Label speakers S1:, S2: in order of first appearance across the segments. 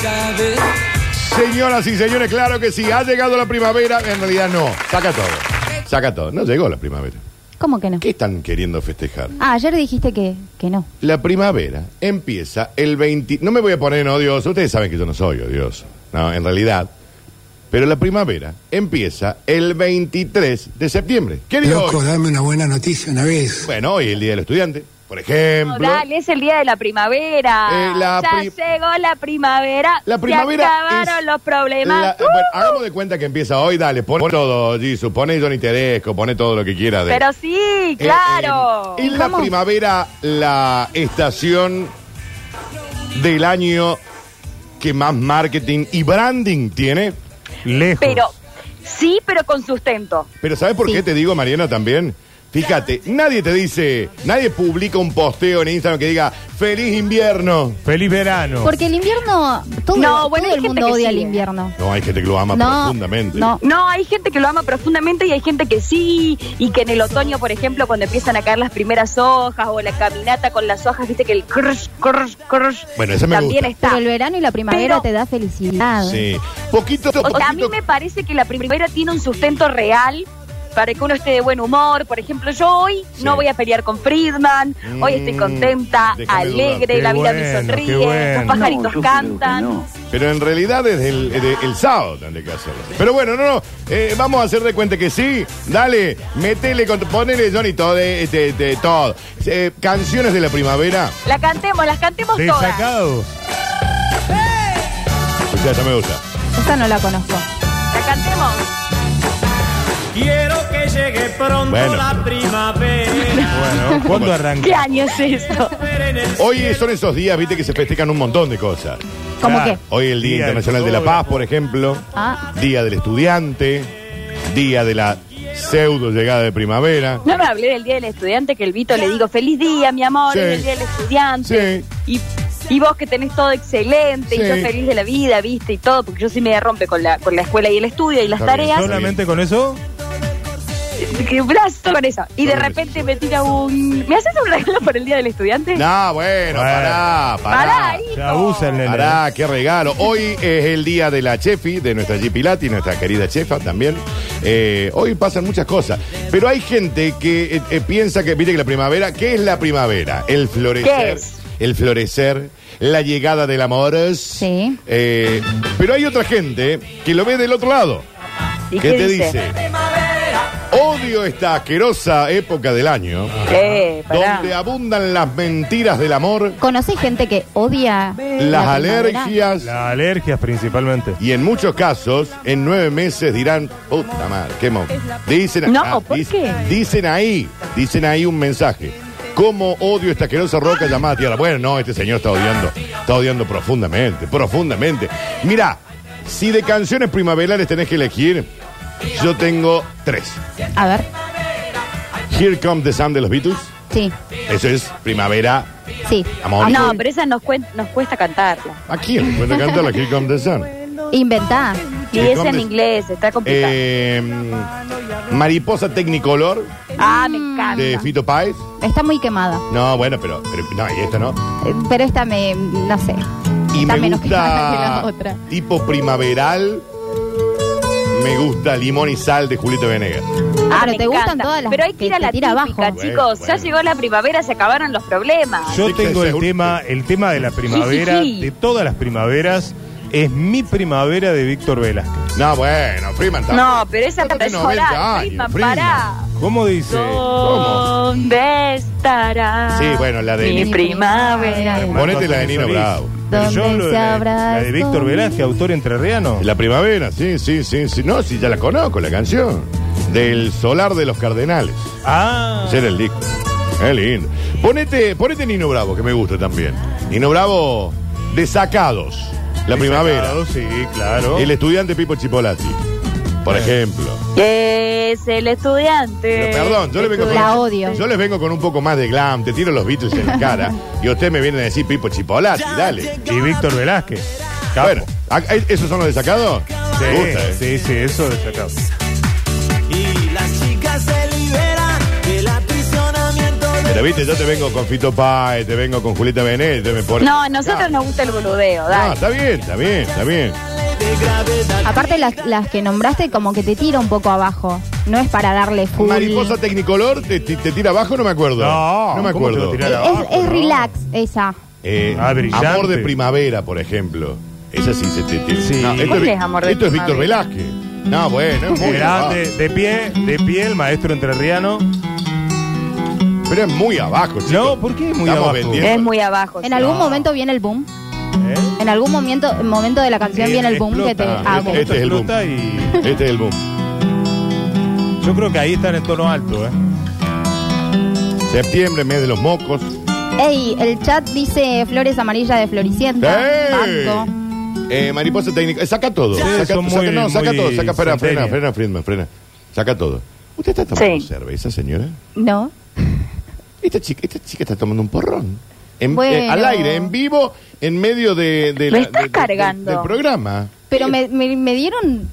S1: sabes.
S2: Señoras y señores, claro que sí. Ha llegado la primavera. En realidad no. Saca todo. Saca todo. No llegó la primavera.
S3: ¿Cómo que no?
S2: ¿Qué están queriendo festejar?
S3: Ah, ayer dijiste que, que no.
S2: La primavera empieza el 20... No me voy a poner en odioso. Ustedes saben que yo no soy odioso. No, en realidad. Pero la primavera empieza el 23 de septiembre. ¿Qué día es hoy?
S4: Loco, dame una buena noticia una vez.
S2: Bueno, hoy el Día del Estudiante, por ejemplo.
S5: No, dale, es el día de la primavera.
S2: Eh, la
S5: ya
S2: pri-
S5: llegó la primavera.
S2: La
S5: se
S2: primavera
S5: acabaron
S2: es
S5: los problemas.
S2: La-
S5: Uh,
S2: bueno, hagamos de cuenta que empieza hoy, dale, pon pon todo, Gisu, pone Johnny Tedesco, pone todo lo que quiera. De,
S5: pero sí,
S2: Eh,
S5: claro.
S2: eh, es la
S3: ¿Cómo?
S2: primavera la estación del año que más marketing y branding tiene.
S6: Lejos.
S5: pero sí, pero con sustento.
S2: Pero ¿sabes por qué te digo, Mariana, también? Fíjate, nadie te dice, nadie publica un posteo en Instagram que diga feliz invierno.
S6: Feliz verano.
S3: Porque el invierno, todo,
S5: No,
S3: todo
S5: bueno, hay
S3: el
S5: gente
S3: mundo
S5: que
S3: odia
S5: sí,
S3: el
S5: ¿eh?
S3: invierno.
S2: No, hay gente que lo ama
S3: No,
S2: profundamente.
S3: no.
S5: No, hay gente que lo ama profundamente y hay gente que sí, y que en el otoño, por ejemplo, cuando empiezan a caer las primeras hojas o la caminata con las hojas, viste que el crush, crush, crush
S2: Bueno, ese me
S5: también
S2: gusta.
S5: está.
S3: Pero el verano y la primavera
S5: Pero-
S3: te da felicidad.
S2: Sí. Poquito,
S5: O sea, a mí
S2: poquito-
S5: me parece que la primavera tiene un sustento real para que uno esté de buen humor. Por ejemplo, yo hoy
S2: Sí.
S5: no voy a pelear con Friedman, hoy estoy
S2: Mm,
S5: contenta,
S2: déjame
S5: alegre,
S6: dudar.
S5: la vida
S6: Qué
S5: me
S6: bueno,
S5: sonríe,
S6: qué bueno.
S5: los pajaritos
S7: yo creo que
S5: cantan.
S7: no.
S2: Pero en realidad es el, el- el sábado tendría que hacerlo. Pero bueno, no, no. eh, vamos a hacer de cuenta que sí. Dale, métele, con- ponele Johnny todo. eh, te- te- todo. Eh, canciones de la primavera.
S5: La cantemos, las cantemos todas.
S6: Desacados.
S2: O sea, ya me gusta.
S3: Esta no la conozco.
S5: La cantemos.
S1: Quiero que llegue pronto
S2: Bueno.
S1: la primavera.
S6: Bueno, ¿cuándo arranca?
S5: ¿Qué año es esto?
S2: Hoy son esos días, viste, que se festejan un montón de cosas.
S3: ¿Cómo
S6: Claro.
S3: qué?
S2: Hoy el Día,
S6: Día
S2: Internacional de
S6: del
S2: la Paz,
S6: Fotógrafo.
S2: por ejemplo.
S3: Ah.
S2: Día del Estudiante. Día de la pseudo llegada de primavera.
S5: No me hablé del Día del Estudiante, que el Vito le digo, feliz día, mi amor,
S2: Sí.
S5: es el Día del Estudiante.
S2: Sí.
S5: Y, y vos que tenés todo excelente,
S2: Sí.
S5: y yo feliz de la vida, viste, y todo, porque yo sí me rompe con la, con la escuela y el estudio y las
S2: Está bien,
S5: tareas.
S6: ¿Solamente con eso?
S5: Que brazo con eso. Y de
S2: Sobre.
S5: repente me tira un. ¿Me haces un regalo para el día del estudiante?
S2: No, bueno,
S6: Bueno.
S2: pará,
S5: Pará,
S2: pará.
S5: hijo.
S6: Se abusa el nene.
S2: Pará, qué regalo. Hoy es el día de la chefi, de nuestra Gipilati, nuestra querida chefa también. Eh, hoy pasan muchas cosas. Pero hay gente que eh, eh, piensa que, mire que la primavera, ¿qué es la primavera? El florecer.
S5: ¿Qué es?
S2: El florecer, la llegada del amor.
S3: Sí.
S2: Eh, pero hay otra gente que lo ve del otro lado.
S5: ¿Y
S2: que te dice? Odio esta asquerosa época del año.
S5: Eh, pará.
S2: Donde abundan las mentiras del amor,
S3: ¿Conocés gente que odia
S2: las
S3: la primavera?
S2: alergias.
S6: Las alergias principalmente.
S2: Y en muchos casos, en nueve meses dirán, puta madre, qué mo-". Dicen,
S5: No,
S2: ah,
S5: ¿por
S2: dic-
S5: qué?
S2: dicen ahí, dicen ahí un mensaje. ¿Cómo odio esta asquerosa roca llamada tierra? Bueno, no, este señor está odiando, está odiando profundamente, profundamente. Mirá, si de canciones primaverales tenés que elegir, yo tengo tres.
S3: A ver,
S2: Here Comes the Sun de los Beatles,
S3: sí,
S2: eso es primavera.
S3: sí. Ah,
S2: Amor.
S5: No, pero esa nos, cuen- nos cuesta cantarla.
S2: ¿A quién le cuesta cantar la Here Comes the Sun?
S3: Inventá.
S5: Y
S2: Sí,
S5: esa
S2: ¿dónde?
S5: en inglés, está complicada.
S2: Eh, mm, mariposa Tecnicolor
S5: ah, me
S2: de
S5: encanta.
S2: Fito Páez.
S3: Está muy quemada.
S2: No, bueno, pero, pero- no, y esta no.
S3: Eh, Pero esta me, no sé.
S5: Ah,
S2: Y
S3: está
S2: me
S3: menos quemada que
S2: gusta
S3: la otra.
S2: tipo primaveral. Me gusta limón y sal de Julieta Venegas.
S5: Ah,
S3: Pero
S5: me
S3: te gustan
S5: encanta.
S3: todas las
S5: Pero hay que
S3: que
S5: ir a
S3: te
S5: la
S3: tira abajo.
S5: típica,
S2: Bueno,
S5: chicos.
S2: bueno.
S5: Ya llegó la primavera, se acabaron los problemas.
S2: Sí,
S6: Yo tengo
S2: sí,
S6: el
S2: sí.
S6: tema, el tema de la primavera,
S5: Sí, sí, sí.
S6: de todas las primaveras, es mi primavera de Víctor Velázquez.
S2: No, bueno, Freeman también.
S5: No, pero esa
S2: Yo
S5: para
S2: tengo 90
S5: llorar.
S2: años,
S5: Prima,
S2: prima.
S5: pará.
S6: ¿Cómo dice?
S5: ¿Dónde estará?
S2: Sí, bueno, la de
S5: Mi
S2: Nino.
S5: primavera.
S2: Eh, Ponete la de Nino Bravo.
S6: Pero yo
S3: ¿Dónde
S6: hablo de
S3: se
S6: la,
S3: habrá
S6: la de Víctor
S3: escondido?
S6: Velázquez, autor entrerriano.
S2: La primavera, sí, sí, sí, sí. No, sí, ya la conozco, la canción. Del solar de los cardenales.
S6: Ah,
S2: Ese era el disco. Qué lindo. Ponete, ponete Nino Bravo, que me gusta también. Nino Bravo, desacados. La primavera.
S6: Desacado, Sí, claro.
S2: El estudiante Pipo Chipolati, por ejemplo.
S5: Es el estudiante.
S2: Pero, perdón, yo les, vengo con,
S3: La odio.
S2: yo les vengo con un poco más de glam, te tiro los Beatles en la cara y ustedes me vienen a decir Pipo Chipolati, dale.
S6: Y Víctor Velázquez. capo.
S2: Bueno, ¿a- a- ¿esos son los desacados?
S6: sí,
S2: Me gusta, ¿eh?
S6: sí, sí, eso desacado.
S1: Y las chicas se liberan del aprisionamiento de
S2: Pero viste, yo te vengo con Fito Páez, te vengo con Julieta Veneto, me pones-
S5: No, a nosotros
S2: no.
S5: nos gusta el boludeo,
S2: No,
S5: dale.
S2: está bien, está bien, está bien.
S3: Aparte las, las que nombraste como que te tira un poco abajo. No es para darle full.
S2: Mariposa Tecnicolor, ¿te, te, te tira abajo? No me acuerdo.
S6: No,
S2: no me
S6: ¿cómo te va
S2: acuerdo.
S6: a tirar
S3: Es,
S6: abajo,
S3: es
S6: no?
S3: relax esa.
S2: Eh,
S6: Ah, brillante.
S2: amor de primavera, por ejemplo. Esa sí se te tira.
S6: Sí.
S2: esto
S5: ¿Cuál
S2: Vi-
S5: es Amor de
S2: Esto es Víctor
S5: Primavera?
S2: Velázquez. No, bueno, es muy
S6: Grande,
S2: ah.
S6: de pie, de pie, el maestro entrerriano.
S2: abajo. Pero es muy abajo, chicos.
S6: No, ¿por qué es muy
S2: Estamos
S6: abajo?
S2: vendiendo.
S5: Es muy abajo.
S3: En
S5: sí.
S2: Ah.
S3: algún momento viene el boom.
S6: ¿Eh?
S3: En algún momento, momento de la canción
S6: Eh,
S3: viene el boom que te
S6: explota.
S3: ah, ok.
S2: Este es el boom.
S6: Explota y
S2: Este es el boom.
S6: yo creo que ahí están en tono alto, ¿eh?
S2: Septiembre, mes de los mocos.
S3: Ey, el chat dice flores amarillas de Floricienta.
S2: ¡Ey!
S3: Banco.
S2: Eh, mariposa técnica. Eh, saca todo.
S6: Sí,
S2: saca,
S6: son
S2: saca-
S6: muy-
S2: no, saca
S6: muy
S2: todo. Saca, frena, frena,
S6: centenias.
S2: frena, Friedman, frena. Saca todo. ¿Usted está tomando
S5: Sí.
S2: cerveza, señora?
S3: No.
S2: Esta chica, esta chica está tomando un porrón. En-
S3: Bueno.
S2: eh, al aire, en vivo, en medio de, de la-
S5: Me estás
S2: de- de-
S5: cargando.
S2: del programa.
S3: Pero me, me- me dieron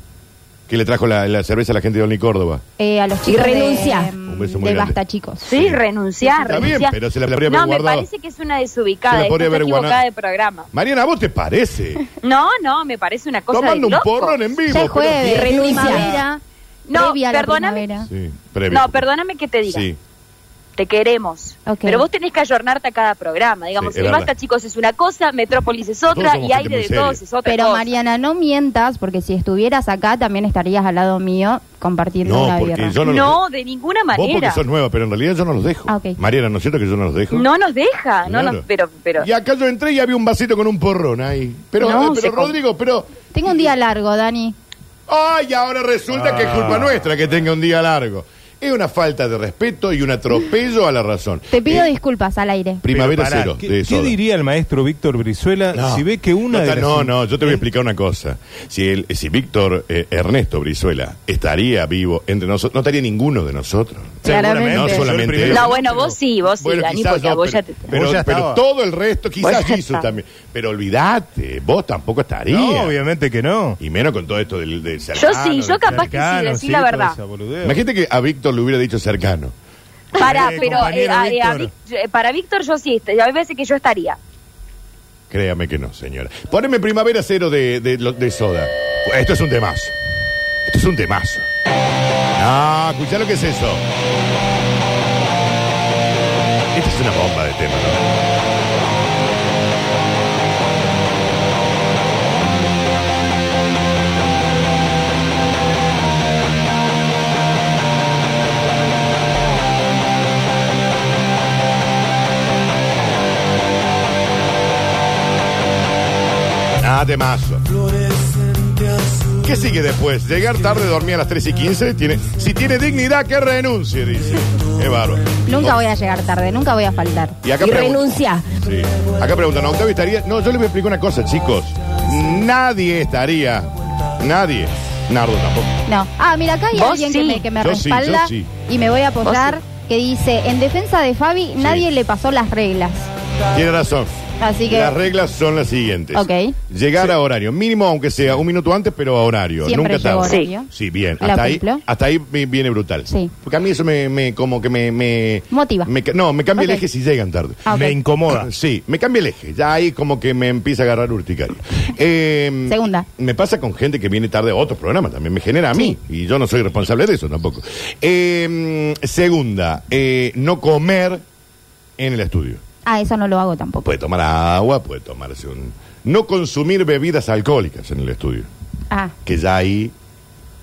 S2: Que le trajo la, la cerveza a la gente de Only Córdoba.
S3: eh, a los chicos. de,
S5: renuncia.
S3: em,
S2: Un beso muy
S3: de
S2: grande.
S3: Basta, chicos.
S5: Sí, renunciar,
S2: Está bien,
S5: renunciar.
S2: pero se la podría haber
S5: no, me
S2: guardado.
S5: parece que es una desubicada,
S2: Se la
S5: es
S2: podría
S5: que
S2: haber
S5: está equivocada
S2: guardado.
S5: de programa.
S2: Mariana, ¿a vos te parece?
S5: No, no, me parece una cosa
S2: tomando
S5: de
S2: un
S5: loco.
S2: porrón en vivo.
S3: Ya es
S2: pero-
S3: jueves.
S5: Renuncia.
S3: primavera,
S5: No,
S3: previa a la
S5: perdóname.
S3: primavera.
S2: Sí, previo.
S5: No, perdóname que te diga.
S2: Sí.
S5: Te queremos.
S3: Ok.
S5: Pero vos tenés que ayornarte a cada programa. Digamos,
S2: Sí, es
S5: el
S2: verdad.
S5: Basta, chicos, es una cosa, Metrópolis es
S2: Nosotros
S5: otra
S2: somos
S5: y
S2: gente
S5: aire
S2: muy
S5: de
S2: seria.
S5: todos es otra.
S3: Pero
S5: cosa.
S3: Mariana, no mientas, porque si estuvieras acá también estarías al lado mío compartiendo
S2: No,
S3: una
S2: porque
S3: birra.
S2: yo no,
S5: No, de ninguna
S2: Vos porque
S5: manera.
S2: sos nueva, pero en realidad yo no los dejo.
S3: Ah, ok.
S2: Mariana, ¿no es cierto que yo no los dejo?
S5: No nos deja, no
S2: Claro.
S5: nos, pero, pero.
S2: Y acá yo entré y había un vasito con un porrón ahí. Pero,
S5: No,
S2: eh, pero
S5: se com-
S2: Rodrigo, pero.
S3: Tengo un día largo, Dani.
S2: ¡Ay! Ahora resulta que es
S6: Ah.
S2: culpa nuestra que tenga un día largo. Es una falta de respeto y un atropello a la razón.
S3: Te pido
S2: Eh,
S3: disculpas al aire.
S2: Primavera
S6: Pero pará,
S2: cero.
S6: ¿qué,
S2: de
S6: qué
S2: soda.
S6: diría el maestro Víctor Brizuela
S2: No.
S6: si ve que una
S2: no,
S6: de
S2: está-
S6: las- Eh.
S2: no, no, yo te voy a explicar una cosa. Si el, si Víctor eh, Ernesto Brizuela estaría vivo entre nosotros, no estaría ninguno de nosotros.
S6: Seguramente.
S2: No solamente
S6: Yo el
S2: él.
S5: No, bueno, vos sí, vos sí,
S2: Bueno,
S5: Dani,
S2: quizás
S5: porque
S2: yo,
S5: a vos ya te.
S2: pero, pero-
S6: Vos ya
S2: pero
S6: estaba.
S2: todo el resto
S5: Vos
S2: quizás
S5: ya
S2: hizo
S5: estaba.
S2: también. Pero olvidate, vos tampoco estarías.
S6: No, obviamente que no.
S2: Y menos con todo esto del, del
S5: Yo
S2: cercano.
S5: sí, yo
S2: del-
S5: capaz que sí,
S6: Cercano,
S5: decir
S6: sí,
S5: la
S6: toda
S5: verdad.
S6: esa boludez.
S2: Imagínate que a Víctor le hubiera dicho cercano.
S5: Para,
S6: Eh,
S5: pero eh,
S6: compañero
S5: a- eh, a
S6: Víctor.
S5: Vic- eh, para Víctor yo sí, est- a veces que yo estaría.
S2: Créame que no, señora. Poneme primavera cero de, de, lo- de soda. Esto es un temazo. Esto es un temazo. Ah, escuchá lo que es eso. Esta es una bomba de tema, ¿no? Ah, temazo. ¿Qué sigue después? Llegar tarde, dormir a las 3 y 15. Tiene, si tiene dignidad, que renuncie, dice. Qué bárbaro.
S3: Nunca voy a llegar tarde, nunca voy a faltar.
S2: Y acá pregun- Sí. Acá preguntan, ¿Octavio estaría? No, yo les voy a explicar una cosa, chicos. Nadie estaría. Nadie. Nardo tampoco.
S3: No. Ah, mira, acá hay
S5: Vos
S3: alguien
S5: sí.
S3: que me, que me
S2: Yo sí, yo
S3: respalda
S2: sí.
S3: y me voy a apoyar, que dice, en defensa de Fabi, nadie le pasó las reglas.
S2: Tiene razón.
S3: Así que-
S2: Las reglas son las siguientes.
S3: Ok.
S2: Llegar a horario. Mínimo, aunque sea un minuto antes, pero a horario.
S3: Siempre
S2: Nunca
S3: llegó
S2: tarde.
S3: horario.
S2: Sí, bien.
S3: La
S2: Hasta ahí,
S3: cumplo.
S2: hasta ahí vi- viene brutal.
S3: Sí.
S2: Porque a mí eso me, me- como que me... me
S3: Motiva.
S2: me ca- no, me cambia
S3: Ok.
S2: el eje si llegan tarde.
S3: Ah, ok.
S6: Me incomoda.
S2: Sí, me cambia el eje. Ya ahí como que me empieza a agarrar urticaria. Eh,
S3: Segunda.
S2: Me pasa con gente que viene tarde a otros programas, también me genera a mí. Y yo no soy responsable de eso tampoco. Eh, segunda, eh, no comer en el estudio.
S3: Ah, eso no lo hago tampoco.
S2: Puede tomar agua, puede tomarse un... No consumir bebidas alcohólicas en el estudio.
S3: Ah,
S2: Que ya ahí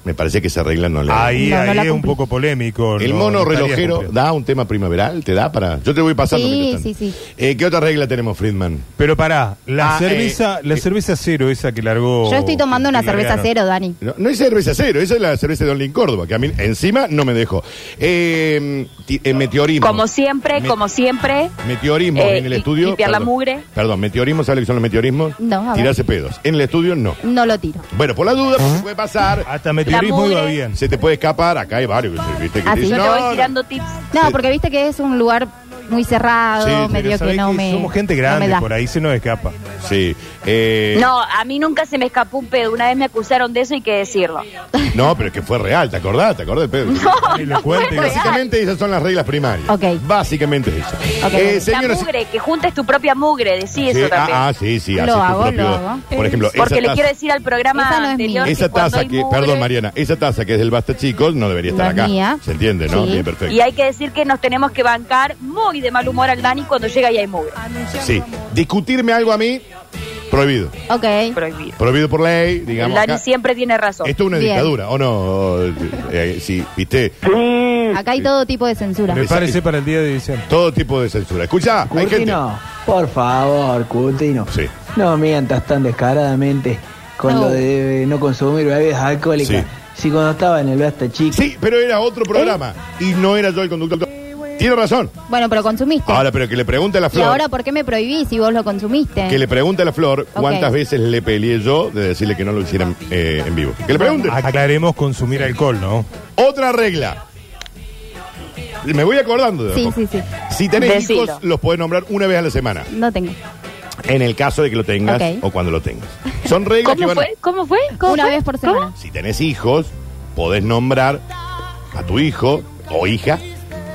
S2: me parece que esa regla no la...
S6: Ahí,
S3: No, no
S6: ahí
S3: la
S6: es un
S3: cumplí.
S6: poco polémico.
S2: El
S6: no-
S2: mono
S6: no estaría
S2: relojero
S6: cumpliendo.
S2: da un tema primaveral, te da para... Yo te voy pasando.
S3: Sí,
S2: mientras tanto.
S3: sí, sí.
S2: Eh, ¿Qué otra regla tenemos, Friedman?
S6: Pero pará, la
S2: Ah,
S6: cerveza,
S2: eh,
S6: la cerveza cero esa que largó.
S2: Oh,
S3: yo estoy tomando
S6: que
S3: una cerveza
S6: largaron.
S3: cero, Dani.
S2: No, no es cerveza cero, esa es la cerveza de Don Lin Córdoba, que a mí encima no me dejó. Eh, ti- eh, meteorismo.
S5: Como siempre,
S2: Me-
S5: como siempre.
S2: Meteorismo
S5: Eh,
S2: en el
S5: li-
S2: estudio.
S5: limpiar la mugre.
S2: Perdón, meteorismo, ¿sabe lo que son los meteorismos?
S3: No, a ver.
S2: Tirarse pedos. En el estudio, no.
S3: No lo tiro.
S2: Bueno, por la duda, puede pasar.
S6: Hasta meteorismo
S5: mugre.
S6: iba bien.
S2: Se te puede escapar. Acá hay varios que se- viste que
S3: Ah,
S2: te
S3: sí.
S5: Yo
S2: dicen,
S5: te voy
S2: no, no.
S5: tirando tips.
S3: No, porque viste que es un lugar muy cerrado,
S2: Sí, pero
S3: medio
S6: Sabés
S3: que no
S6: que
S3: me.
S6: Somos gente
S3: no me
S6: grande,
S3: da.
S6: por ahí se nos escapa.
S2: Sí. Eh,
S5: No, a mí nunca se me escapó un pedo. Una vez me acusaron de eso y que decirlo.
S2: No, pero es que fue real, ¿te acordás? ¿Te acordás, Pedro?
S6: Y lo cuente.
S5: fue real.
S2: Básicamente esas son las reglas primarias.
S3: Ok.
S2: Básicamente es eso.
S3: Ok.
S2: Eh,
S5: La
S2: señoras-
S5: mugre, que juntes tu propia mugre, decí
S2: Sí,
S5: eso
S2: ah,
S5: también.
S2: ah, sí, sí.
S3: Lo
S2: haces tu
S3: hago, lo
S2: propio-
S3: hago.
S2: Por ejemplo,
S5: Porque
S2: esa
S5: le
S2: taza-
S5: quiero decir al programa
S3: Esa no es
S5: anterior
S3: mía.
S5: que
S2: Esa
S5: Ah, cuando
S2: taza
S5: hay
S2: que,
S5: mugre-
S2: perdón Mariana, esa taza que es del Basta Chicos no debería
S3: No
S2: estar
S3: es
S2: acá.
S3: mía.
S2: ¿Se entiende, no?
S3: Sí.
S2: Bien, perfecto.
S5: Y hay que decir que nos tenemos que bancar muy de mal humor al Dani cuando llega y hay mugre.
S2: Sí. Discutirme algo a mí, prohibido.
S3: Ok.
S5: Prohibido.
S2: Prohibido por ley,
S5: El
S2: digamos.
S5: Dani
S2: acá.
S5: siempre tiene razón.
S2: Esto es una
S3: Bien.
S2: dictadura, ¿o no? Eh, sí, viste,
S3: Acá hay todo tipo de censura.
S2: Me
S6: Me
S2: parece
S6: parece para el día de diciembre.
S2: todo tipo de censura. Escucha, hay gente.
S7: Curtino, por favor, Curtino.
S2: Sí.
S7: No mientas tan descaradamente con
S3: No.
S7: lo de no consumir bebidas alcohólicas. Si cuando estaba en el Basta Chico.
S2: Sí, pero era otro programa y no era yo el conductor. Tiene razón.
S3: Bueno, pero consumiste.
S2: Ahora, pero que le pregunte a la
S3: ¿Y
S2: Flor.
S3: ahora por qué me prohibís si vos lo consumiste?
S2: Que le pregunte a la Flor cuántas
S3: Ok.
S2: veces le peleé yo de decirle que no lo hicieran eh, en vivo. Que le pregunte.
S6: Aclaremos consumir alcohol, ¿no?
S2: Otra regla. Me voy acordando de a
S3: Sí,
S2: poco.
S3: sí, sí.
S2: Si tenés
S5: Decilo.
S2: hijos, los podés nombrar una vez a la semana.
S3: No tengo.
S2: En el caso de que lo tengas
S3: Ok.
S2: o cuando lo tengas. Son reglas que
S5: ¿Cómo
S2: van.
S5: fue? ¿Cómo fue? ¿Cómo
S3: Una
S5: fue?
S3: vez por
S5: ¿Cómo?
S3: semana.
S2: Si tenés hijos, podés nombrar a tu hijo o hija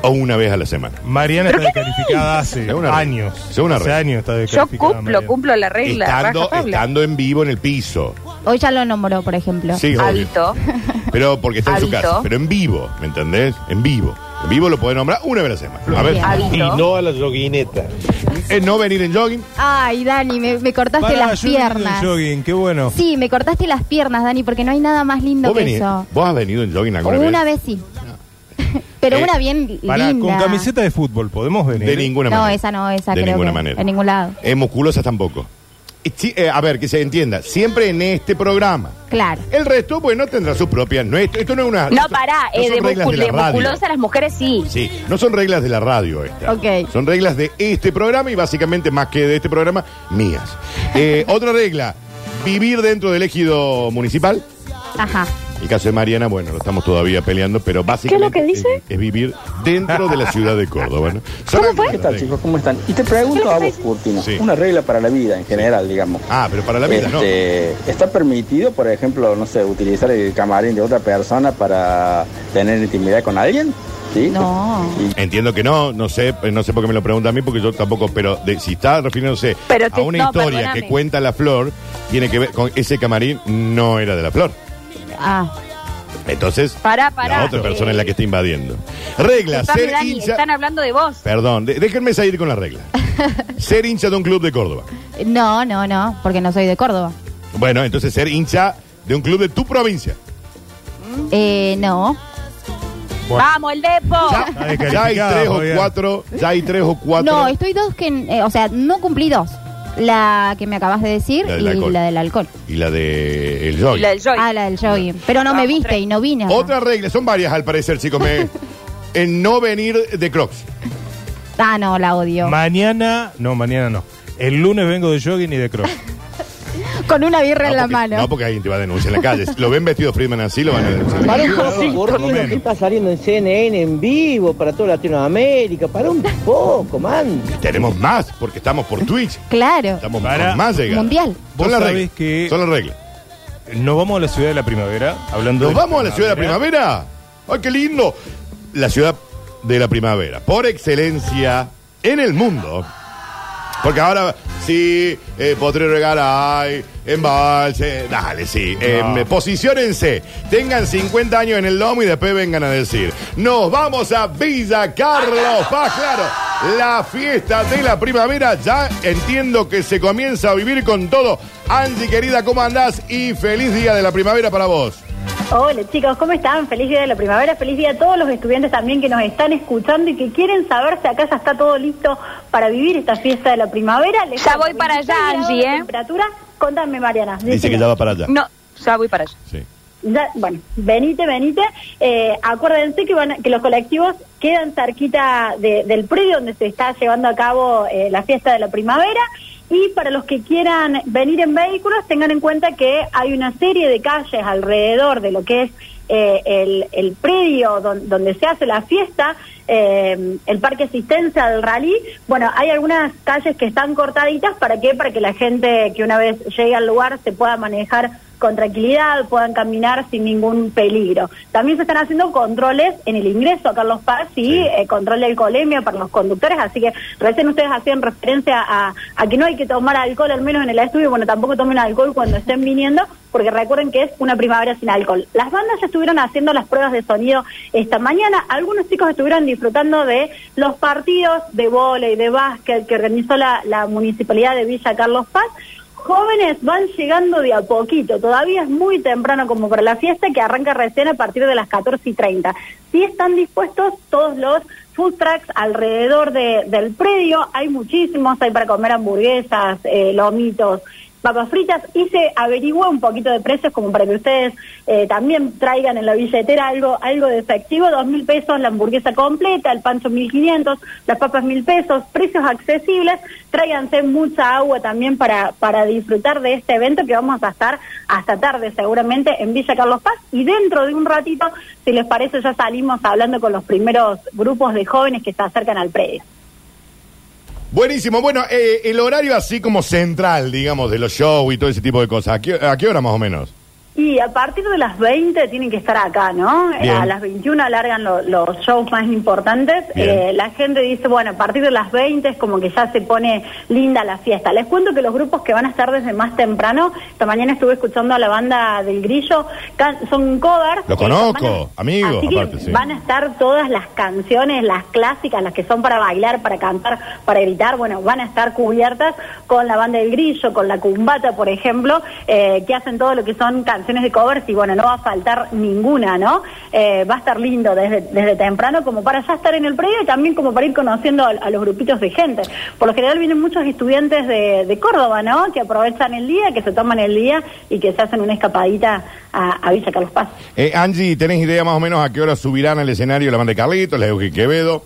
S2: o una vez a la semana.
S6: Mariana está descalificada hace
S2: Es una
S6: años.
S2: regla. Es una
S6: hace
S2: regla.
S6: años está
S5: Yo
S6: descalificada.
S5: cumplo,
S6: Mariana.
S5: cumplo la regla.
S2: Estando,
S5: rajatabla.
S2: estando en vivo en el piso.
S3: Hoy ya lo nombró, por ejemplo.
S2: Sí, obvio.
S5: Alto.
S2: Pero porque está en su
S5: Alto.
S2: casa. Pero en vivo, ¿me entendés? En vivo. En vivo lo podés nombrar una vez a la semana. A ver.
S5: Alto.
S8: no a la yoguineta.
S2: Eh, no venir en jogging.
S3: Ay, Dani, me, me cortaste
S6: Pará,
S3: las
S6: yo vengo del
S3: piernas.
S6: jogging, qué bueno.
S3: Sí, me cortaste las piernas, Dani, porque no hay nada más lindo
S2: ¿Vos,
S3: que
S2: venís-
S3: eso.
S2: ¿Vos has venido en jogging alguna
S3: Una
S2: vez?
S3: vez sí. Pero
S2: Eh,
S3: una bien
S6: Pará,
S3: linda.
S6: con camiseta de fútbol, ¿podemos venir?
S2: De ninguna
S3: No,
S2: manera.
S3: esa no, esa
S2: De
S3: creo
S2: ninguna
S3: que
S2: manera.
S3: en ningún lado.
S2: Eh, musculosas tampoco. Y sí, eh, a ver, que se entienda. Siempre en este programa.
S3: Claro.
S2: El resto, bueno, tendrá sus propias. No, esto, esto no es una.
S5: No,
S2: son-
S5: pará.
S2: no
S5: eh,
S2: son
S5: de,
S2: reglas
S5: muscul-
S2: la
S5: de
S2: radio.
S5: musculosa las mujeres sí.
S2: Sí, no son reglas de la radio estas.
S3: Ok.
S2: Son reglas de este programa y básicamente más que de este programa, mías. Eh, otra regla, vivir dentro del ejido municipal.
S3: Ajá.
S2: El caso de Mariana, bueno, lo estamos todavía peleando, pero básicamente
S5: ¿Qué es lo que dice?
S2: es, es vivir dentro de la ciudad de Córdoba. ¿no? Son algunas
S8: ¿Qué tal,
S2: reglas.
S8: chicos? ¿Cómo están? Y te pregunto a vos, Curtino,
S2: Sí.
S8: una regla para la vida en general, digamos.
S2: Ah, pero para la vida, ¿no?
S8: Este, ¿Está permitido, por ejemplo, no sé, utilizar el camarín de otra persona para tener intimidad con alguien? ¿Sí?
S3: No.
S2: Entiendo que no, no sé, eh, no sé por qué me lo pregunta a mí, porque yo tampoco, pero de- si está refiriéndose
S5: Pero
S2: a
S5: te-
S2: una
S5: no,
S2: historia
S5: perdóname.
S2: que cuenta la flor, tiene que ver con ese camarín, no era de la flor.
S3: Ah,
S2: Entonces,
S5: Pará, pará.
S2: la otra persona
S5: Eh,
S2: es la que está invadiendo. Regla,
S5: disculpame,
S2: ser
S5: Dani,
S2: hincha.
S5: Están hablando de vos.
S2: Perdón, de- déjenme salir con la regla. ser hincha de un club de Córdoba.
S3: no, no, no, porque no soy de Córdoba.
S2: Bueno, entonces ser hincha de un club de tu provincia.
S3: Eh, no.
S6: Bueno.
S5: Vamos, el Depo.
S2: Ya,
S6: Está
S2: ya hay
S6: descalificada,
S2: tres o
S6: Fabián.
S2: cuatro, ya hay tres o cuatro.
S3: No, estoy dos que, eh, o sea, no cumplí dos. La que me acabas de decir
S2: La del
S3: y
S2: alcohol.
S3: la del alcohol.
S2: Y la de el jogging.
S5: La del Joy.
S3: Ah, la del jogging. Pero no
S5: Vamos,
S3: me viste
S5: tres.
S3: y no vine. acá.
S2: Otra regla, son varias al parecer, chicos. Me, en no venir de Crocs.
S3: Ah, no, la odio.
S6: Mañana, no, mañana no. El lunes vengo de jogging y de cross.
S3: Con una birra
S2: no,
S3: en la
S2: porque,
S3: mano.
S2: no, porque alguien te va a denunciar en la calle. Lo ven vestido Friedman así, lo van a denunciar.
S7: Curtino, ¿qué está saliendo en CNN en vivo para toda Latinoamérica? Para un poco, man.
S2: Tenemos más, porque estamos por Twitch.
S3: Claro.
S2: Estamos
S6: Para-
S2: con más llegada.
S3: Mundial.
S2: Son
S6: Vos
S2: las
S6: sabés
S2: reglas.
S6: que-
S2: Son las reglas.
S6: Nos vamos a la ciudad de la primavera, hablando
S2: Nos
S6: de
S2: vamos a la ciudad de la primavera. ¡Ay, qué lindo! La ciudad de la primavera, por excelencia en el mundo. Porque ahora sí, eh, Potrero de Garay, embalse, dale, sí. eh,
S6: No.
S2: me- posiciónense, tengan 50 años en el lomo y después vengan a decir: Nos vamos a Villa Carlos Paz, claro. La fiesta de la primavera ya entiendo que se comienza a vivir con todo. Angie, querida, ¿cómo andás? Y feliz día de la primavera para vos.
S9: Hola chicos, ¿cómo están? Feliz día de la primavera, feliz día a todos los estudiantes también que nos están escuchando y que quieren saber si acá ya está todo listo para vivir esta fiesta de la primavera. Les
S5: Ya
S9: cuento,
S5: voy para allá,
S9: 26 grados
S5: Angie,
S9: de
S5: ¿eh?
S9: Temperatura, contame Mariana.
S2: Dice que
S9: decime.
S2: ya va para allá.
S5: No, ya voy para allá.
S2: Sí.
S9: Ya, bueno, venite, venite. Eh, acuérdense que, van a- que los colectivos quedan cerquita de- del predio donde se está llevando a cabo eh, la fiesta de la primavera. Y para los que quieran venir en vehículos, tengan en cuenta que hay una serie de calles alrededor de lo que es eh, el, el predio don- donde se hace la fiesta, eh, el Parque Asistencia del Rally, bueno, hay algunas calles que están cortaditas, ¿para qué? Para que la gente que una vez llegue al lugar se pueda manejar con tranquilidad, puedan caminar sin ningún peligro. También se están haciendo controles en el ingreso a Carlos Paz y eh, control de alcoholemia para los conductores, así que recién ustedes hacían referencia a, a que no hay que tomar alcohol, al menos en el estudio, bueno, tampoco tomen alcohol cuando estén viniendo, porque recuerden que es una primavera sin alcohol. Las bandas ya estuvieron haciendo las pruebas de sonido esta mañana, algunos chicos estuvieron disfrutando de los partidos de vóley, de básquet que organizó la, la municipalidad de Villa Carlos Paz, jóvenes van llegando de a poquito, todavía es muy temprano como para la fiesta que arranca recién a partir de las 14 y 30. Sí están dispuestos todos los food trucks alrededor de- del predio, hay muchísimos, hay para comer hamburguesas, eh, lomitos, papas fritas y se averigua un poquito de precios como para que ustedes eh, también traigan en la billetera algo algo de efectivo, dos mil pesos la hamburguesa completa, el pancho mil quinientos, las papas mil pesos, precios accesibles, tráiganse mucha agua también para, para disfrutar de este evento que vamos a estar hasta tarde seguramente en Villa Carlos Paz y dentro de un ratito, si les parece, ya salimos hablando con los primeros grupos de jóvenes que se acercan al predio.
S2: Buenísimo. Bueno, eh, el horario así como central, digamos, de los shows y todo ese tipo de cosas. ¿A qué, a qué hora más o menos?
S9: Y a partir de las 20 tienen que estar acá, ¿no? Eh,
S2: Bien.
S9: A las 21 alargan lo- los shows más importantes.
S2: Bien.
S9: Eh, la gente dice, bueno, a partir de las 20 es como que ya se pone linda la fiesta. Les cuento que los grupos que van a estar desde más temprano, esta mañana estuve escuchando a la banda del Grillo, can- son covers.
S2: Lo
S9: eh,
S2: conozco,
S9: van a-
S2: amigos,
S9: así que
S2: aparte, sí.
S9: Van a estar todas las canciones, las clásicas, las que son para bailar, para cantar, para gritar, bueno, van a estar cubiertas con la banda del grillo, con la cumbata, por ejemplo, eh, que hacen todo lo que son canciones de covers y bueno, no va a faltar ninguna, ¿no? Eh, va a estar lindo desde, desde temprano como para ya estar en el predio y también como para ir conociendo a, a los grupitos de gente. Por lo general vienen muchos estudiantes de, de Córdoba, ¿no? Que aprovechan el día, que se toman el día y que se hacen una escapadita a, a Villa Carlos Paz.
S2: Eh, Angie, ¿tenés idea más o menos a qué hora subirán al escenario la banda de Carlitos, la de Eugenio Quevedo?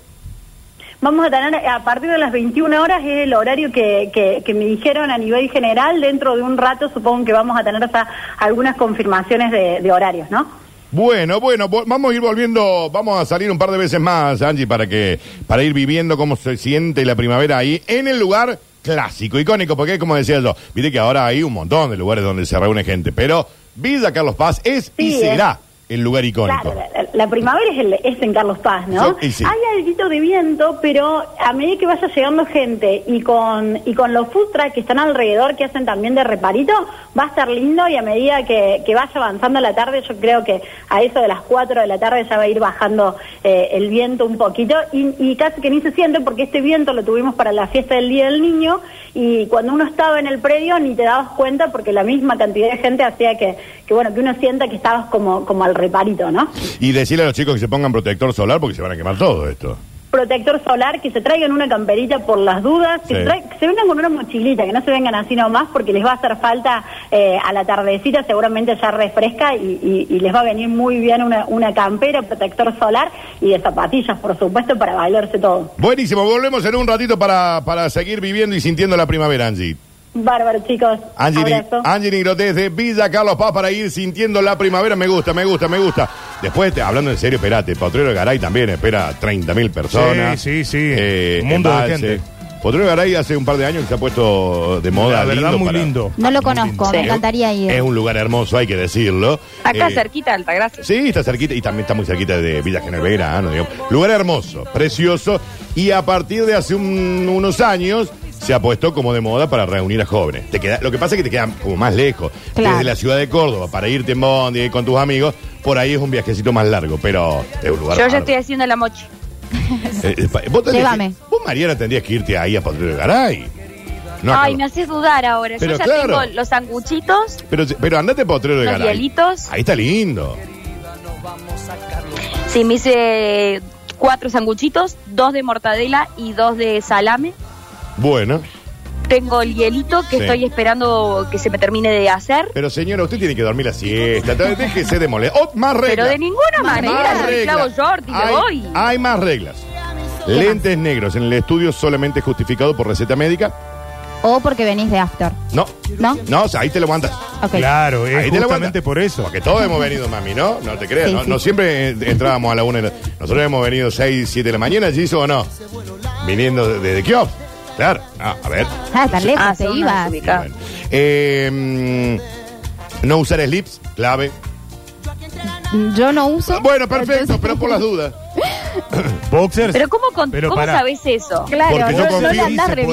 S9: Vamos a tener eh, a partir de las 21 horas es el horario que, que- que me dijeron a nivel general. Dentro de un rato supongo que vamos a tener ya algunas confirmaciones de, de horarios, ¿no?
S2: Bueno, bueno, vo- vamos a ir volviendo, vamos a salir un par de veces más, Angie, para que para ir viviendo cómo se siente la primavera ahí en el lugar clásico, icónico, porque es como decía yo, viste que ahora hay un montón de lugares donde se reúne gente, pero Villa Carlos Paz es y
S9: Sí, es.
S2: será el lugar icónico.
S9: Claro, la, la- la primavera es, el- es en Carlos Paz, ¿no?
S2: Sí, y sí.
S9: Hay algo de viento, pero a medida que vaya llegando gente y con y con los food trucks que están alrededor, que hacen también de reparito, va a estar lindo y a medida que, que vaya avanzando la tarde, yo creo que a eso de las 4 de la tarde ya va a ir bajando eh, el viento un poquito y, y casi que ni se siente porque este viento lo tuvimos para la fiesta del Día del Niño y cuando uno estaba en el predio ni te dabas cuenta porque la misma cantidad de gente hacía que, que bueno, que uno sienta que estabas como, como al reparito, ¿no?
S2: Y decirle a los chicos que se pongan protector solar porque se van a quemar todo esto.
S9: protector solar, que se traigan una camperita por las dudas, que,
S2: Sí.
S9: se tra- que se vengan con una mochilita, que no se vengan así nomás porque les va a hacer falta eh, a la tardecita, seguramente ya refresca y, y- y les va a venir muy bien una, una campera, protector solar y de zapatillas, por supuesto, para bailarse todo.
S2: Buenísimo, volvemos en un ratito para, para seguir viviendo y sintiendo la primavera, Angie.
S9: Bárbaro, chicos.
S2: Angie Ni-
S9: Abrazo.
S2: Angie Nigro desde Villa Carlos Paz para ir sintiendo la primavera. Me gusta, me gusta, me gusta. Después, te- hablando en serio, espérate, Potrero Garay también espera 30.000 personas. Eh,
S6: Sí, sí, sí. Mundo de gente.
S2: Potrero Garay hace un par de años que se ha puesto de moda.
S6: La verdad,
S2: lindo
S6: muy
S2: para-
S6: lindo.
S3: No lo
S6: Muy lindo.
S3: conozco, me
S5: Sí.
S3: encantaría ir.
S2: Es un lugar hermoso, hay que decirlo.
S5: Acá
S2: Eh,
S5: cerquita, Altagracia.
S2: Sí, está cerquita y también está muy cerquita de Villa General Belgrano, digamos. Lugar hermoso, precioso y a partir de hace un- unos años se ha puesto como de moda para reunir a jóvenes. Te queda, lo que pasa es que te quedan como más lejos.
S3: Claro.
S2: Desde la ciudad de Córdoba para irte en bondi con tus amigos, por ahí es un viajecito más largo, pero es un lugar
S5: Yo ya
S2: bárbaro.
S5: estoy haciendo la mochi.
S2: Eh, eh, pa- vos tenés
S3: Llévame.
S2: que- vos, Mariana, tendrías que irte ahí a Patrulla de Garay. No a
S5: Ay,
S2: Carlos-
S5: me haces dudar ahora.
S2: Pero
S5: Yo ya
S2: claro.
S5: tengo los sanguchitos.
S2: pero, pero andate a Potrero de
S5: Los
S2: Garay.
S5: hielitos.
S2: Ahí está lindo.
S5: Sí, me hice cuatro sanguchitos, dos de mortadela y dos de salame.
S2: Bueno,
S5: Tengo el hielito que
S2: Sí.
S5: estoy esperando que se me termine de hacer.
S2: pero señora, usted tiene que dormir la siesta. Déjese de molestar. Oh, más reglas.
S5: Pero de ninguna manera
S2: Más
S5: me
S2: reglas.
S5: clavo
S2: ah,
S5: short y me
S2: hay,
S5: voy.
S2: hay más reglas. Lentes negros en el estudio solamente justificado por receta médica.
S3: O porque venís de After.
S2: No.
S3: ¿No?
S2: No, o sea, ahí te lo aguantas.
S3: Ok.
S6: Claro,
S2: Ahí
S6: es
S2: te la
S6: Pues, justamente
S2: vuelta.
S6: por eso.
S2: Porque todos hemos venido, mami, ¿no? No te creas.
S3: Sí,
S2: no,
S3: sí,
S2: no
S3: sí.
S2: siempre eh, entrábamos a la una. de la- Nosotros hemos venido 6, 7 de la mañana, ¿Giso o no? Viniendo de- desde Kiosk. Claro. Ah, a ver.
S3: Ah, tan lejos
S5: Ah,
S3: te
S5: son unos
S3: ibas.
S5: desubicados.
S2: Bueno. Eh, mm, no usar slips, clave.
S3: Yo no uso.
S2: Bueno, perfecto,
S3: entonces-
S2: pero por las dudas.
S6: Boxers.
S5: Pero ¿cómo, con-
S6: Pero
S5: ¿cómo
S6: pará.
S5: sabes eso?
S3: Claro,
S2: Porque yo
S3: no, no
S2: confío
S3: le
S2: y
S3: andás
S6: se puede.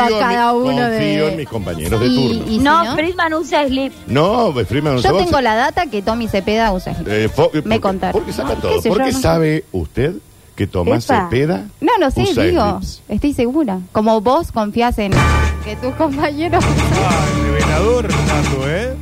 S2: Confío
S3: a
S2: en mi-
S3: cada uno de.
S2: Confío en mis compañeros de
S3: Y-
S2: turno.
S3: y si
S5: No,
S3: no?
S5: Friedman usa slip.
S2: No, Freeman no
S3: Yo tengo la data que Tommy Cepeda usa.
S2: Eh,
S3: Me
S2: contaron.
S3: contaron.
S2: ¿Por qué saca
S3: No,
S2: todo?
S3: qué sé
S2: ¿Por
S3: yo,
S2: qué
S3: no.
S2: sabe usted que Tomás
S3: Epa.
S2: Cepeda
S3: No, no sé,
S2: usa
S3: digo.
S2: slips?
S3: Estoy segura. Como vos confías en que tus compañeros.
S6: Ah, revelador, Nato, ¿eh?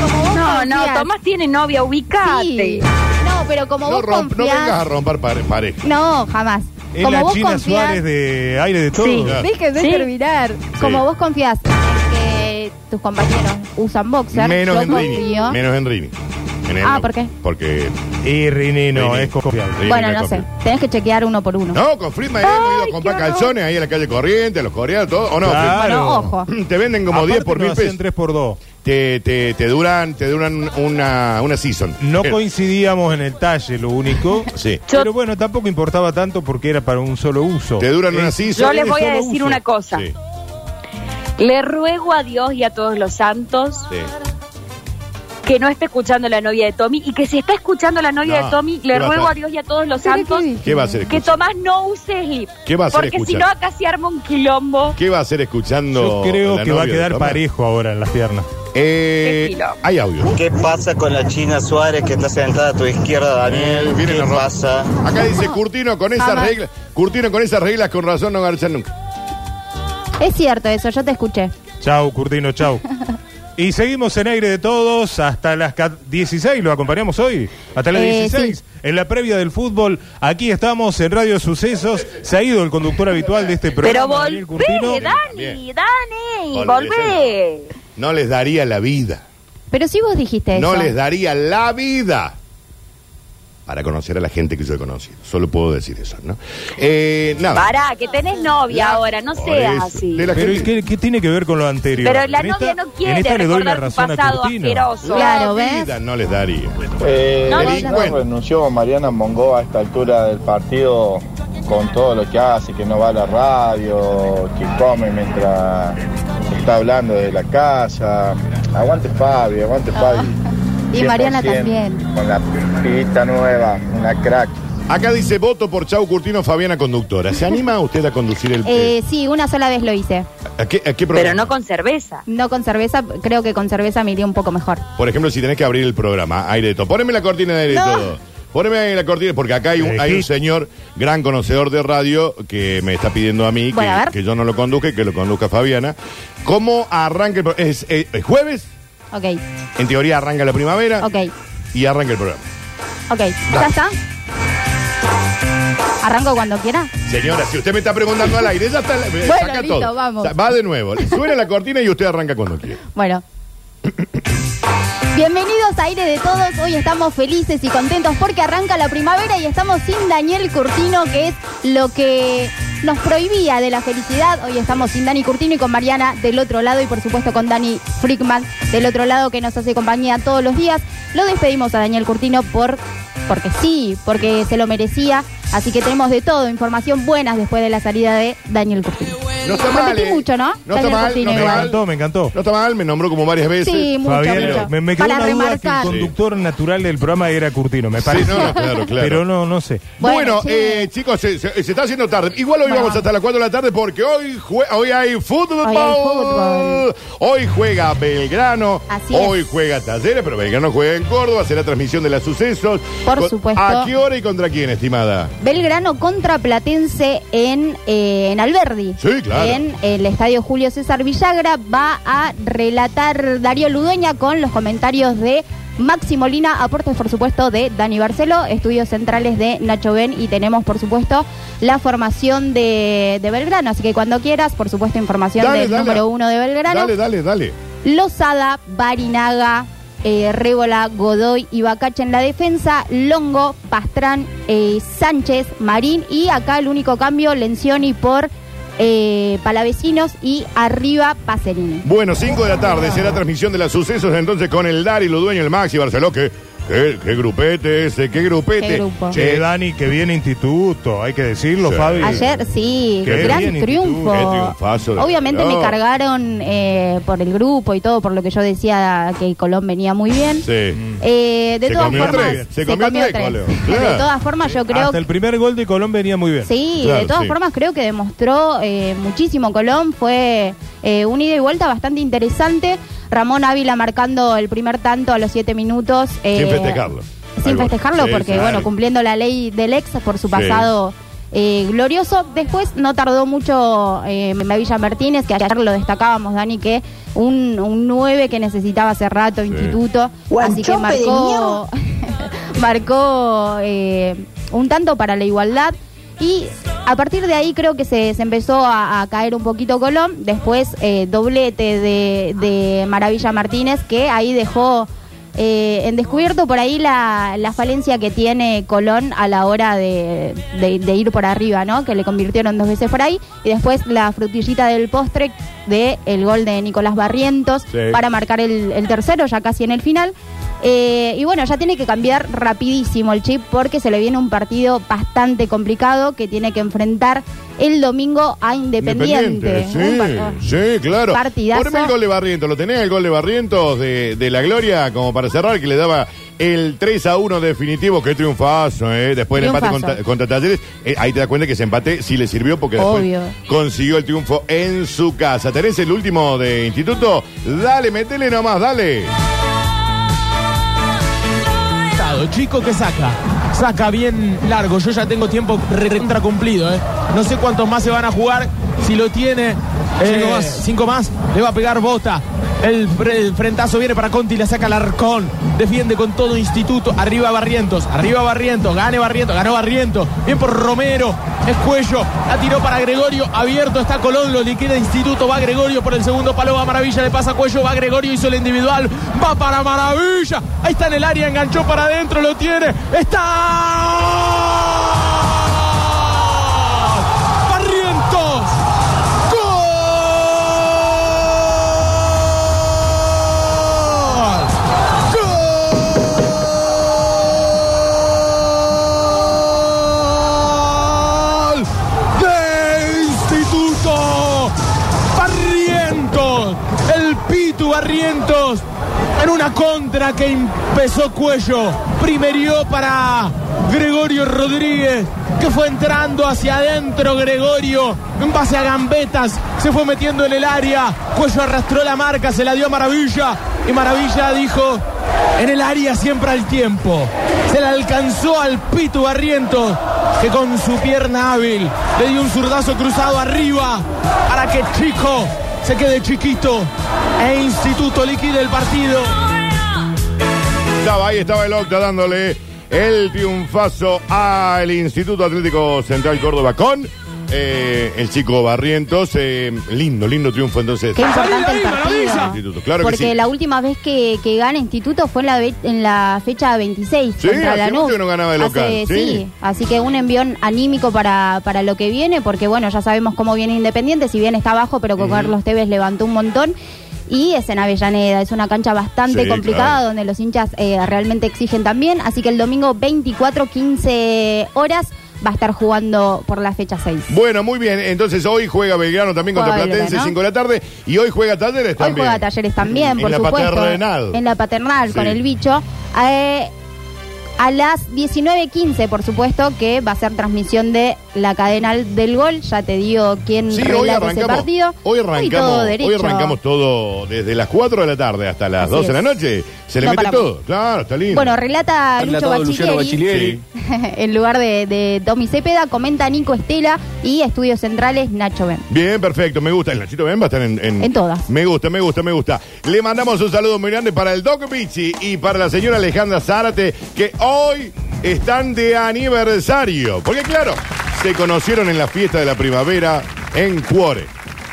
S3: como vos
S5: No, no,
S3: confías-
S5: Tomás tiene novia, ubicate.
S3: Sí. No, pero como
S2: No,
S3: vos
S2: romp- no vengas a
S3: confías.
S2: romper pare- pareja.
S3: No, jamás.
S6: Es
S3: como
S6: la
S3: vos
S6: China Suárez
S3: confías.
S6: de aire de todo.
S5: Sí.
S2: Claro.
S3: Déjenme
S5: Sí.
S3: terminar. Como vos confías en que tus compañeros usan boxer,
S2: Menos
S3: yo
S2: en Rini.
S3: confío.
S2: Menos en Rini. En él
S3: Ah,
S2: no,
S3: ¿por qué?
S2: Porque.
S6: Y Rini no,
S2: Rini.
S6: es confiable.
S2: Rini
S3: bueno,
S2: es
S3: no sé.
S2: confiable.
S3: Tenés que chequear uno por uno.
S2: No, con Freeman hemos ido a
S5: Ay,
S2: comprar
S5: qué horror.
S2: calzones ahí en la calle Corriente, a los coreanos, todo. ¿O no?
S6: Claro.
S3: Bueno, ojo.
S2: Freeman? Te venden como
S6: Aparte
S2: 10 por
S6: nos
S2: mil
S6: hacían
S2: pesos.
S6: 3 por 2.
S2: Te, te, te duran, te duran una, una season.
S6: No
S2: Eh,
S6: coincidíamos en el talle, lo único.
S2: Sí.
S6: Pero bueno, tampoco importaba tanto porque era para un solo uso. Eh,
S2: Te duran una
S6: Es-
S2: season.
S5: Yo les
S6: de
S5: voy a
S6: solo
S5: decir
S6: uso.
S5: una cosa.
S2: Sí,
S5: Le ruego a Dios y a todos los santos
S2: sí.
S5: que no esté escuchando la novia de Tommy y que si está escuchando la novia
S2: No,
S5: de Tommy,
S2: ¿qué
S5: le
S2: va a
S5: ruego
S2: hacer?
S5: a Dios y a todos los
S3: ¿Pero
S5: santos
S3: qué dije?
S2: ¿Qué va a hacer
S5: que
S2: escuchando?
S5: Tomás no use slip.
S2: ¿Qué va a hacer
S5: Porque si
S2: escuchar?
S5: no, acá se arma un quilombo.
S2: ¿Qué va a hacer escuchando?
S6: Yo creo
S2: la
S6: que va a
S2: novia de
S6: quedar
S2: Tomás?
S6: parejo ahora en las piernas.
S2: Eh,
S5: Qué quilombo.
S2: hay audio.
S10: ¿Qué pasa con la China Suárez que está sentada a tu izquierda, Daniel?
S2: Eh, miren
S10: ¿Qué
S2: la ropa.
S10: pasa?
S2: Acá dice Curtino con esas
S3: Jamás.
S2: reglas. Curtino con esas reglas, con razón no garchan nunca.
S3: Es cierto eso, yo te escuché.
S6: Chau, Curtino, chau. Y seguimos en aire de todos hasta las ca- 16, lo acompañamos hoy, hasta las
S3: Eh,
S6: 16, en la previa del fútbol. Aquí estamos en Radio Sucesos, se ha ido el conductor habitual de este
S5: Pero
S6: programa,
S5: volvé,
S6: Daniel Curtino.
S5: Dani,
S2: Bien.
S5: Dani,
S2: Volvé,
S5: volvé.
S2: No les daría la vida.
S3: Pero si vos dijiste
S2: No
S3: eso.
S2: les daría la vida para conocer a la gente que yo he conocido. Solo puedo decir eso, ¿no? Eh,
S6: Ah.
S2: nada.
S5: Pará, que tenés novia ahora, no
S2: Por
S5: seas
S2: eso.
S5: así.
S2: De la
S6: Pero ¿y
S2: gente-
S6: qué, qué tiene que ver con lo anterior?
S5: Pero la
S6: En
S5: novia
S6: esta-
S5: no
S6: en
S5: quiere
S6: esta le doy la
S5: recordar su
S6: razón a
S5: pasado
S6: Curtino.
S5: asqueroso.
S3: Claro,
S2: la
S3: ¿ves?
S2: vida no les daría.
S10: Eh,
S5: No, no, no.
S10: ya renunció Mariana Mongó a esta altura del partido con todo lo que hace, que no va a la radio, que come mientras está hablando desde la casa. Aguante Fabio, aguante Fabio.
S3: Y Mariana
S10: 100%,
S3: también.
S10: Con la pibita nueva, una crack.
S2: Acá dice voto por Chau Curtino Fabiana Conductora. ¿Se anima usted a conducir el...
S3: Eh, sí, una sola vez lo hice.
S2: ¿a qué, a qué programa?
S5: Pero no con cerveza.
S3: No con cerveza, creo que con cerveza me iría un poco mejor.
S2: Por ejemplo, si tenés que abrir el programa, aire de todo. Poneme la cortina de aire de
S3: No.
S2: todo. Poneme ahí la cortina, porque acá hay un, hay un
S6: Elegí.
S2: señor, gran conocedor de radio, que me está pidiendo a mí
S3: Bueno, a
S2: que,
S3: ver.
S2: que yo no lo conduzca y que lo conduzca Fabiana. ¿Cómo arranca el programa? Es, eh, es jueves,
S3: Ok,
S2: en teoría arranca la primavera
S3: ok,
S2: y arranca el programa.
S3: ok. ¿Ya está? ¿Arranco cuando quiera?
S2: Señora, si usted me está preguntando al aire, ya está. la- eh,
S3: Bueno,
S2: saca
S3: listo,
S2: todo.
S3: vamos.
S2: Sa- Va de nuevo. Suena la cortina y usted arranca cuando quiera.
S3: Bueno. Bienvenidos a Aire de Todos. Hoy estamos felices y contentos porque arranca la primavera y estamos sin Daniel Curtino, que es lo que nos prohibía de la felicidad. Hoy estamos sin Dani Curtino y con Mariana del otro lado y por supuesto con Dani Frickman del otro lado que nos hace compañía todos los días. Lo despedimos a Daniel Curtino por porque sí, porque se lo merecía. Así que tenemos de todo, información buenas después de la salida de Daniel Curtino.
S2: No está mal.
S3: Repetí
S2: eh.
S3: mucho, ¿no?
S2: No está
S3: Daniel
S2: mal.
S3: Curtino
S2: No
S6: Me
S2: está
S3: igual.
S2: mal.
S6: encantó, me encantó.
S2: No está mal, me nombró como varias veces.
S3: Sí, mucho,
S6: Fabián,
S3: mucho.
S6: me, me quedó
S3: Para
S6: una duda que el
S3: remarcar.
S6: conductor natural del programa era Curtino, me parece.
S2: no, no, claro, claro.
S6: Pero no, no sé.
S2: Bueno,
S3: Bueno, che.
S2: eh, chicos, se, se- se está haciendo tarde. Igual hoy
S3: Bueno.
S2: vamos hasta las 4 de la tarde porque hoy, jue- hoy hay fútbol.
S3: Hoy hay fútbol.
S2: Hoy juega Belgrano.
S3: Así
S2: hoy
S3: es.
S2: juega Talleres, pero Belgrano juega en Córdoba. Será transmisión de las sucesos.
S3: Por
S2: Con-
S3: supuesto.
S2: ¿A qué hora y contra quién, estimada?
S3: Belgrano contra Platense en, eh, en Alberdi.
S2: Sí, claro.
S3: En el estadio Julio César Villagra va a relatar Darío Ludueña con los comentarios de Maxi Molina, aportes por supuesto de Dani Barcelo, estudios centrales de Nacho Ben y tenemos por supuesto la formación de, de Belgrano. Así que cuando quieras, por supuesto, información del número uno de Belgrano.
S2: Dale, dale, dale.
S3: Lozada, Barinaga, eh, Révola, Godoy y Bacacha en la defensa, Longo, Pastrán, eh, Sánchez, Marín y acá el único cambio, Lencioni por eh, Palavecinos y arriba Paserini.
S2: Bueno, 5 de la tarde será transmisión de los sucesos entonces con el Dari, lo dueño, el Maxi Barceló, que qué, qué grupete ese, qué grupete.
S3: Qué grupo.
S11: Che,
S2: Che,
S11: Dani, que viene instituto, hay que decirlo,
S2: Sí.
S11: Fabi.
S3: Ayer sí,
S11: Qué
S3: gran
S11: bien,
S3: triunfo.
S2: Instituto, qué triunfazo de
S3: Obviamente me
S2: Colón.
S3: cargaron eh, por el grupo y todo, por lo que yo decía que Colón venía muy bien.
S2: sí.
S3: Eh, de
S2: Se
S3: todas
S2: comió
S3: formas,
S2: tres, se comió tres, Colón. Claro.
S3: De todas formas, yo creo
S11: Hasta el primer gol de Colón venía muy bien.
S3: Sí,
S2: Claro,
S3: de todas
S2: sí.
S3: formas creo que demostró eh, muchísimo Colón, fue eh, un ida y vuelta bastante interesante. Ramón Ávila marcando el primer tanto a los siete minutos. eh,
S2: Sin festejarlo.
S3: Sin
S2: Al gol.
S3: festejarlo
S2: Sí,
S3: porque,
S2: sí.
S3: bueno, cumpliendo la ley del ex por su pasado eh, glorioso. Después no tardó mucho eh, Villa Martínez, que ayer lo destacábamos, Dani, que un, un 9 que necesitaba hace rato, instituto. Así que
S12: Guanchope de
S3: marcó, marcó eh, un tanto para la igualdad. Y a partir de ahí creo que se, se empezó a, a caer un poquito Colón. Después eh, doblete de, de Maravilla Martínez, que ahí dejó eh, en descubierto por ahí la, la falencia que tiene Colón a la hora de, de- de ir por arriba, ¿no? Que le convirtieron dos veces por ahí. Y después la frutillita del postre de el gol de Nicolás Barrientos
S2: Sí.
S3: para marcar el, el tercero, ya casi en el final. Eh, y bueno, ya tiene que cambiar rapidísimo el chip porque se le viene un partido bastante complicado que tiene que enfrentar el domingo a Independiente. Un par- oh,
S2: Sí, sí, claro.
S3: Partidazo.
S2: Poneme el gol de Barrientos. ¿Lo tenés el gol de Barrientos de, de la Gloria? Como para cerrar, que le daba el 3 a 1 definitivo. Qué triunfazo, ¿eh? Después del empate
S3: Triunfazo.
S2: contra, contra Talleres. eh, ahí te das cuenta que ese empate sí le sirvió porque después
S3: Obvio.
S2: consiguió el triunfo en su casa. ¿Tenés el último de Instituto? Dale, metele nomás, dale.
S6: Chico que saca. Saca bien largo. Yo ya tengo tiempo recontra cumplido. ¿eh? No sé cuántos más se van a jugar. Si lo tiene. cinco, más. cinco más. Le va a pegar bota. El, fre- el frentazo viene para Conti, la saca Larcón. Defiende con todo instituto. Arriba Barrientos. Arriba Barrientos. Gane Barrientos. Ganó Barrientos. Bien por Romero. Es cuello. La tiró para Gregorio. Abierto está Colón. Lo liquida instituto. Va Gregorio por el segundo palo. Va Maravilla. Le pasa cuello. Va Gregorio. Hizo el individual. Va para Maravilla. Ahí está en el área. Enganchó para adentro. Lo tiene. Está. Barrientos. ¡Gol! ¡Gol! ¡De Instituto! Barrientos, el Pitu Barrientos, en una contra que empezó Cuello, primerió para Gregorio Rodríguez, que fue entrando hacia adentro Gregorio, en base a gambetas, se fue metiendo en el área, Cuello arrastró la marca, se la dio a Maravilla, y Maravilla dijo, en el área siempre al tiempo, se la alcanzó al Pitu Barrientos, que con su pierna hábil le dio un zurdazo cruzado arriba para que Chico se quede chiquito e Instituto liquide el partido.
S2: Estaba ahí, estaba el Octa dándole el triunfazo al Instituto Atlético Central Córdoba con eh, el chico Barrientos. eh, lindo, lindo triunfo entonces.
S3: Qué importante el partido.
S2: Instituto, claro
S3: Porque
S2: que sí.
S3: la última vez que, que gana Instituto fue en la, ve- en la fecha 26
S2: Sí,
S3: contra
S2: hace
S3: Lanús.
S2: mucho que no ganaba de
S3: Hace-
S2: local,
S3: sí.
S2: sí.
S3: así que un envión anímico para, para lo que viene, porque bueno, ya sabemos cómo viene Independiente, si bien está abajo, pero con Carlos Tevez levantó un montón. Y es en Avellaneda, es una cancha bastante
S2: Sí,
S3: complicada
S2: claro.
S3: donde los hinchas eh, realmente exigen también. Así que el domingo 24, 15 horas va a estar jugando por la fecha 6.
S2: Bueno, muy bien. Entonces hoy juega Belgrano también contra
S3: Juega
S2: Platense,
S3: Belgrano.
S2: 5 de la tarde. Y hoy juega Talleres
S3: Hoy
S2: también.
S3: juega Talleres también,
S2: En
S3: por
S2: la
S3: supuesto.
S2: Paternal.
S3: En la paternal,
S2: Sí.
S3: con el bicho. Eh, a las 19.15, por supuesto, que va a ser transmisión de la cadena del gol. Ya te digo quién
S2: Sí, hoy
S3: relata ese
S2: arrancamos,
S3: partido.
S2: hoy
S3: todo
S2: arrancamos,
S3: derecho.
S2: hoy arrancamos todo desde las 4 de la tarde hasta las
S3: Así
S2: 12 de la
S3: es.
S2: noche. Se le
S3: No
S2: mete
S3: paramos.
S2: todo. Claro, está lindo.
S3: Bueno, relata Lucho
S6: Relatado Luciano
S3: Bachilleri.
S6: Bachilleri.
S3: en lugar de, de Tommy Cepeda, comenta Nico Estela y Estudios Centrales Nacho Ben.
S2: Bien, perfecto, me gusta. El Nachito Ben va a estar en,
S3: En todas.
S2: Me gusta, me gusta, me gusta. Le mandamos un saludo muy grande para el Doc Pichi y para la señora Alejandra Zárate, que hoy están de aniversario. Porque claro, se conocieron en la fiesta de la primavera en Cuore.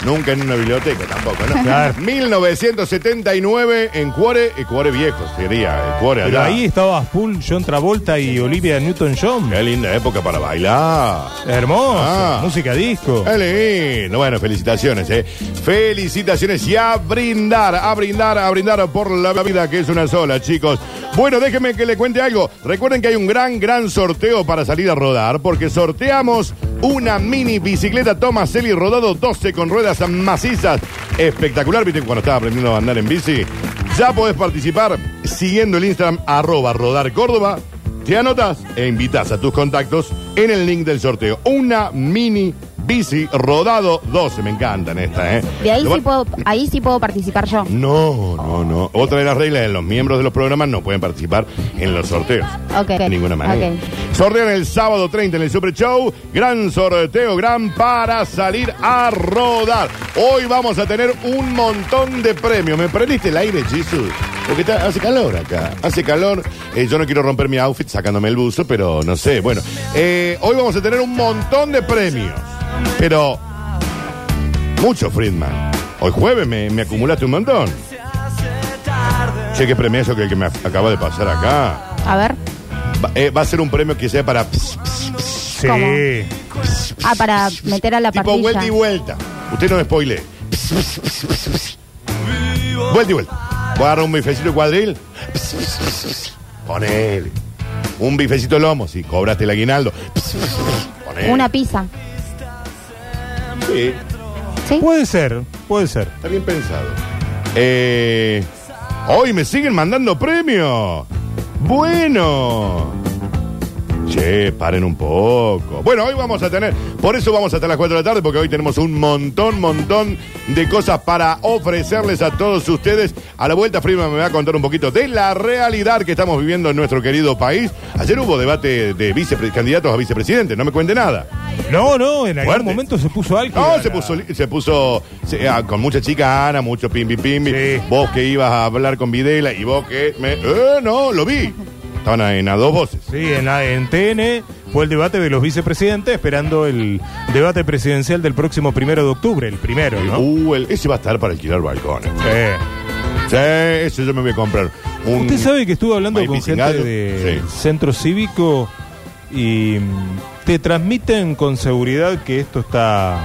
S2: Nunca en una biblioteca tampoco, ¿no?
S6: Claro.
S2: 1979 en Cuore, eh, Cuore viejo sería, eh, Cuore
S6: Pero
S2: allá.
S6: ahí estaba full John Travolta y Olivia Newton-John.
S2: Qué linda época para bailar.
S6: Hermoso,
S2: Ah.
S6: música disco.
S2: Qué lindo. Bueno, felicitaciones, ¿eh? Felicitaciones y a brindar, a brindar, a brindar por la vida que es una sola, chicos. Bueno, déjenme que le cuente algo. Recuerden que hay un gran, gran sorteo para salir a rodar, porque sorteamos una mini bicicleta Tomaselli rodado 12 con ruedas macizas. Espectacular, viste, cuando estaba aprendiendo a andar en bici. Ya podés participar siguiendo el Instagram arroba rodar Córdoba. Te anotas e invitas a tus contactos en el link del sorteo. Una mini bici rodado 12. Me encantan esta, ¿eh?
S3: De ahí
S2: Lo va-
S3: sí, puedo, ahí sí puedo participar yo.
S2: No, no, no. Otra de las reglas es los miembros de los programas no pueden participar en los sorteos.
S3: Ok.
S2: De ninguna manera.
S3: Ok.
S2: Sortean el sábado 30 en el Super Show. Gran sorteo, gran para salir a rodar. Hoy vamos a tener un montón de premios. ¿Me prendiste el aire, Jesus? Porque está- hace calor acá. Hace calor. Eh, yo no quiero romper mi outfit sacándome el buzo, pero no sé. Bueno, eh, hoy vamos a tener un montón de premios. Pero mucho, Friedman. Hoy jueves me, me acumulaste un montón. Che, qué premio eso que, que me ac- acaba de pasar acá.
S3: A ver.
S2: Va, eh, va a ser un premio que sea para. ps, ps,
S6: Sí.
S3: ¿Cómo? Ah, para meter a la
S2: tipo
S3: parrilla.
S2: vuelta y vuelta. Usted no me spoile. Ps, ps, ps, ps, ps. Vuelta y vuelta. Voy a agarrar un bifecito de cuadril. Ps, ps, ps, ps. Ponele. Un bifecito de lomo. Si cobraste el aguinaldo. Ps, ps, ps. Ponele.
S3: Una pizza.
S2: Sí,
S6: Puede ser, puede ser.
S2: está bien pensado. Eh, hoy me siguen mandando premios. Bueno. Che, paren un poco. Bueno, hoy vamos a tener, por eso vamos hasta las 4 de la tarde, porque hoy tenemos un montón, montón de cosas para ofrecerles a todos ustedes. A la vuelta, Prima me va a contar un poquito de la realidad que estamos viviendo en nuestro querido país. Ayer hubo debate de vicepre- candidatos a vicepresidente, no me cuente nada.
S6: No, no, en algún
S2: Fuerte.
S6: momento se puso algo.
S2: No, se puso, li- se puso se- ah, con mucha chica Ana, mucho pimbi pimbi. Vos que ibas a hablar con Videla y vos que me- eh, no, lo vi. Estaban en a dos voces.
S6: Sí, en, la- en TN fue el debate de los vicepresidentes, esperando el debate presidencial del próximo primero de octubre, el primero, ¿no? Eh.
S2: Uh, el- ese va a estar para alquilar balcones.
S6: Sí.
S2: Sí, eso yo me voy a comprar. Un-
S6: Usted sabe que estuve hablando
S2: Maíz
S6: con gente
S2: picingado.
S6: de
S2: Sí.
S6: centro cívico y mm, te transmiten con seguridad que esto está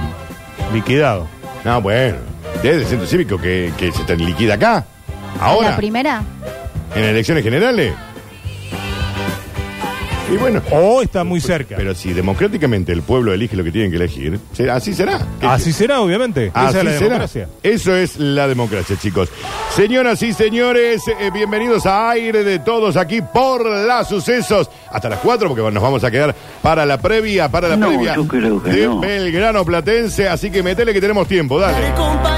S6: liquidado.
S2: No, bueno. Desde el centro cívico que, que se está en liquida acá.
S3: La
S2: Ahora,
S3: primera.
S2: en elecciones generales. Y bueno.
S6: O está muy cerca.
S2: Pero si democráticamente el pueblo elige lo que tiene que elegir, se- así será. ¿Qué-
S6: Así será, obviamente. Esa
S2: Así
S6: es la
S2: será.
S6: democracia.
S2: Eso es la democracia, chicos. Señoras y señores, eh, bienvenidos a Aire de Todos aquí por las sucesos. Hasta las 4 porque nos vamos a quedar para la previa, para la
S13: No,
S2: previa
S13: yo creo que
S2: de
S13: no.
S2: Belgrano Platense. Así que metele que tenemos tiempo, dale.